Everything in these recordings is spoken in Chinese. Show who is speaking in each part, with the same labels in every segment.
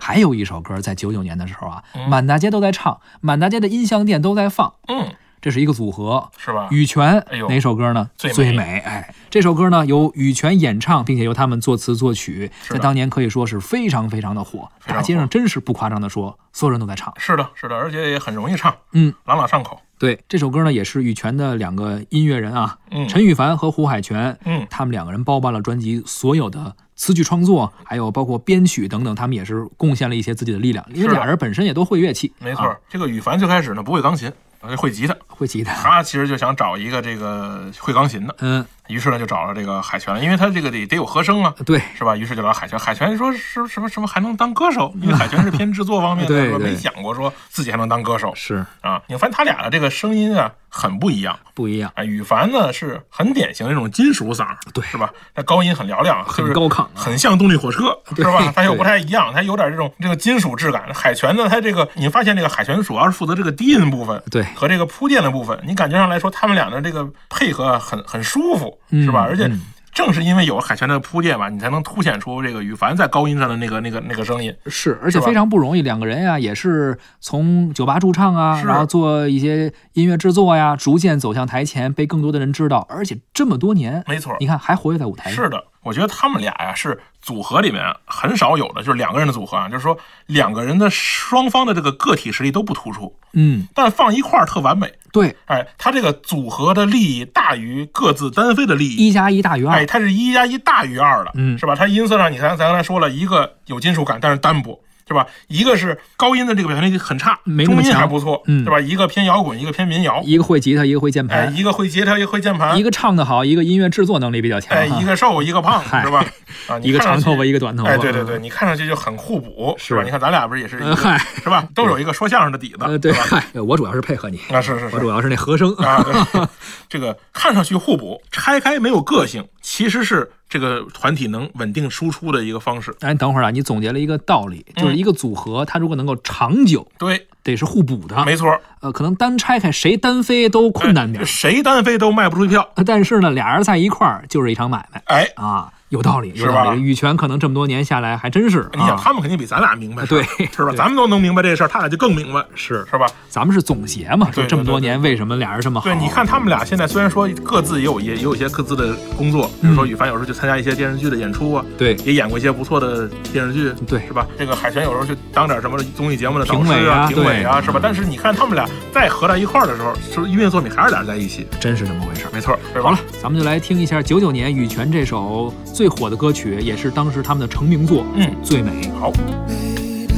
Speaker 1: 还有一首歌在九九年的时候啊，满大街都在唱，满大街的音像店都在放，
Speaker 2: 嗯，
Speaker 1: 这是一个组合。
Speaker 2: 是吧？
Speaker 1: 羽泉
Speaker 2: 啊哎呦
Speaker 1: 哪首歌呢？
Speaker 2: 最美
Speaker 1: 美。哎，这首歌呢由羽泉演唱，并且由他们作词作曲，
Speaker 2: 是
Speaker 1: 在
Speaker 2: 的
Speaker 1: 当年可以说是非常非常的火，
Speaker 2: 非常火哎
Speaker 1: 大街上真是不夸张的说，所有人都在唱。
Speaker 2: 是的，是的，而且也很容易唱，
Speaker 1: 嗯，
Speaker 2: 朗朗上口，
Speaker 1: 对，这首歌呢也是羽泉的两个音乐人啊，
Speaker 2: 嗯
Speaker 1: 陈羽凡和胡海泉，
Speaker 2: 嗯
Speaker 1: 他们两个人包办了专辑所有的词曲创作，还有包括编曲等等，他们也是贡献了一些自己的力量，因
Speaker 2: 是
Speaker 1: 为
Speaker 2: 的
Speaker 1: 俩人本身也都会乐器，
Speaker 2: 没错。
Speaker 1: 啊哦
Speaker 2: 这个羽凡最开始呢不会钢琴，呃会吉他，
Speaker 1: 会吉他，
Speaker 2: 他其实就想找一个这个会钢琴的，
Speaker 1: 嗯，
Speaker 2: 于是呢就找了这个海泉了，因为他这个得得有和声啊，
Speaker 1: 呃对，
Speaker 2: 是吧？于是就找海泉。海泉说是什么什么还能当歌手，因为海泉是偏制作方 面
Speaker 1: 嗯
Speaker 2: 的，
Speaker 1: 对
Speaker 2: 说
Speaker 1: 对
Speaker 2: 没想过说自己还能当歌手
Speaker 1: 是
Speaker 2: 啊。你发现他俩的这个声音啊很不一样
Speaker 1: 不一样，
Speaker 2: 啊。羽凡呢是很典型的那种金属嗓，
Speaker 1: 对
Speaker 2: 是吧？那高音很嘹亮，就是
Speaker 1: 很高亢啊，
Speaker 2: 很像动力火 车，是
Speaker 1: 对
Speaker 2: 吧？它又不
Speaker 1: 对
Speaker 2: 太一样，它有点这种这个金属质感。海泉呢，它这个你发现这个海泉主要是负责这个低音部分
Speaker 1: 对，
Speaker 2: 和这个铺垫的部分，你感觉上来说，他们俩的这个配合啊很很舒服，
Speaker 1: 嗯
Speaker 2: 是吧？而且
Speaker 1: 嗯
Speaker 2: 正是因为有海泉的铺垫吧，你才能凸显出这个羽凡在高音上的那个那个那个声音。
Speaker 1: 是，而且
Speaker 2: 吧
Speaker 1: 非常不容易。两个人呀、也是从酒吧驻唱啊，
Speaker 2: 是
Speaker 1: 然后做一些音乐制作呀，逐渐走向台前，被更多的人知道。而且这么多年，
Speaker 2: 没错
Speaker 1: 你看还活跃在舞台上。
Speaker 2: 是的，我觉得他们俩呀、是组合里面很少有的，就是两个人的组合啊，就是说两个人的双方的这个个体实力都不突出，
Speaker 1: 嗯，
Speaker 2: 但放一块儿特完美。
Speaker 1: 对，
Speaker 2: 哎，他这个组合的利益大于各自单飞的利益。
Speaker 1: 一加一大于
Speaker 2: 哎，
Speaker 1: 二，
Speaker 2: 它是一加一大于二的，
Speaker 1: 嗯
Speaker 2: 是吧？它音色上，你看咱刚才说了一个有金属感，但是单薄，是吧？一个是高音的这个表现力很差，
Speaker 1: 没那么
Speaker 2: 中音还
Speaker 1: 强
Speaker 2: 不错，
Speaker 1: 嗯
Speaker 2: 对吧？一个偏摇滚，一个偏民谣，
Speaker 1: 一个会吉他，一个会键
Speaker 2: 哎，
Speaker 1: 盘，
Speaker 2: 一个会吉他，一个会键盘，
Speaker 1: 一个唱得好，一个音乐制作能力比较强
Speaker 2: 哎，
Speaker 1: 哈，
Speaker 2: 一个瘦，一个胖，
Speaker 1: 嗨
Speaker 2: 是吧？啊，你
Speaker 1: 一个
Speaker 2: 看上
Speaker 1: 长
Speaker 2: 去
Speaker 1: 头发，一个短头发。啊
Speaker 2: 哎，对对对，，你看上去就很互补，
Speaker 1: 是
Speaker 2: 吧？你看咱俩不是也是一
Speaker 1: 呃，
Speaker 2: 个，
Speaker 1: 嗨，
Speaker 2: 是吧？都有一个说相声的底子，
Speaker 1: 呃，对，嗨，我主要是配合你，
Speaker 2: 啊，是是
Speaker 1: 我
Speaker 2: 是
Speaker 1: 主。要是那和声。
Speaker 2: 啊，对这个看上去互补，拆开没有个性，其实是这个团体能稳定输出的一个方式。
Speaker 1: 哎，等会儿啊，你总结了一个道理，
Speaker 2: 嗯
Speaker 1: 就是一个组合，它如果能够长久，
Speaker 2: 对，
Speaker 1: 得是互补的。
Speaker 2: 没错，哎
Speaker 1: 呃，可能单拆开谁单飞都困难点儿，
Speaker 2: 谁单飞都卖不出去票，
Speaker 1: 但是呢，俩人在一块儿就是一场买卖
Speaker 2: 哎。
Speaker 1: 啊，有道理，有
Speaker 2: 是吧哎
Speaker 1: 道理。羽泉可能这么多年下来还真是，
Speaker 2: 你想，
Speaker 1: 啊、
Speaker 2: 他们肯定比咱俩明白事儿，
Speaker 1: 对
Speaker 2: 是吧？咱们都能明白这事儿，他俩就更明白，
Speaker 1: 是
Speaker 2: 是吧？
Speaker 1: 咱们是总结嘛，
Speaker 2: 对
Speaker 1: 说
Speaker 2: 对
Speaker 1: 这么多年为什么俩人这么好？
Speaker 2: 对，你看他们俩现在虽然说各自也有也也有一些各自的工作，比
Speaker 1: 嗯
Speaker 2: 如说羽凡有时候去参加一些电视剧的演出啊，
Speaker 1: 对
Speaker 2: 也演过一些不错的电视剧，
Speaker 1: 对
Speaker 2: 是吧？这个海泉有时候去当点什么综艺节目的导
Speaker 1: 评
Speaker 2: 师
Speaker 1: 委
Speaker 2: 啊、
Speaker 1: 啊
Speaker 2: 评委啊，
Speaker 1: 对
Speaker 2: 是吧？但是你看他们俩再合在一块儿的时候，就是音乐作品还是俩人在一起，
Speaker 1: 真是这么回事儿。
Speaker 2: 没错，对
Speaker 1: 好
Speaker 2: 吧
Speaker 1: 了？，咱们就来听一下九九年羽泉这首最火的歌曲，也是当时他们的成名作
Speaker 2: 嗯
Speaker 1: 《最美》。
Speaker 2: 好，
Speaker 3: Baby，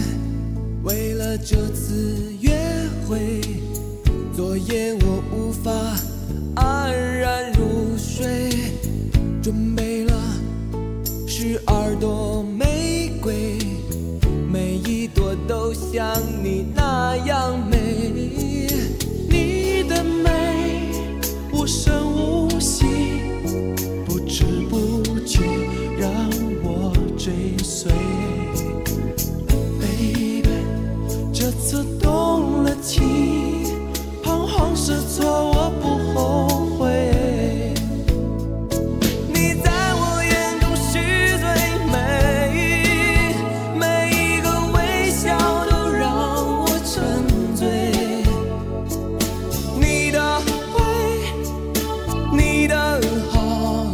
Speaker 3: 为了这次约会，昨夜我无法安然入睡，准备了十二朵玫瑰，每一朵都像你那样美。你的美无声无息。不知不觉让我追随。Baby，这次动了情，彷徨失措，我不后悔。你在我眼中是最美，每一个微笑都让我沉醉。你的美。你的好，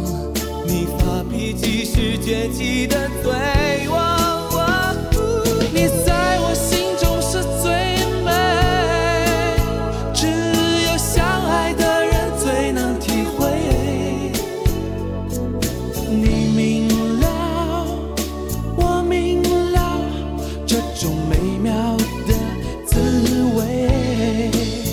Speaker 3: 你发脾气时倔气的最旺，你在我心中是最美，只有相爱的人最能体会。你明了，我明了，这种美妙的滋味。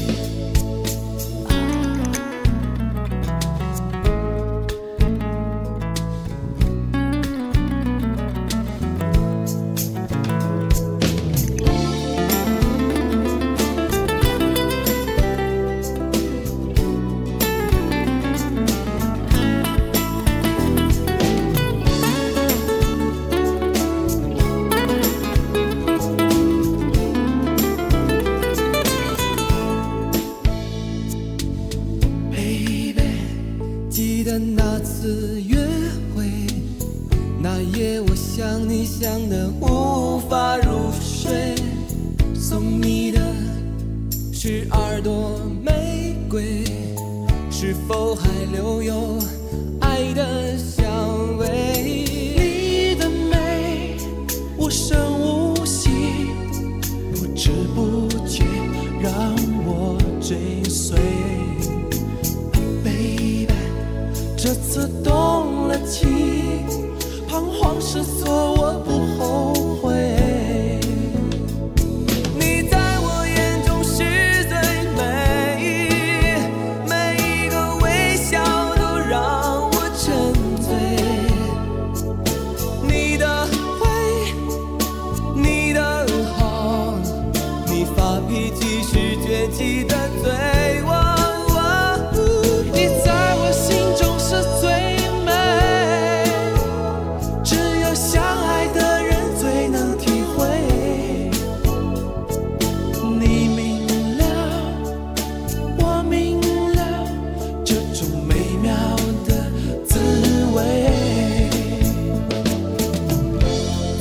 Speaker 3: 越记得醉我。哦你在我心中是最美，只有相爱的人最能体会。你明了，我明了这种美妙的滋味。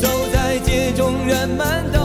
Speaker 3: 走在街中人们的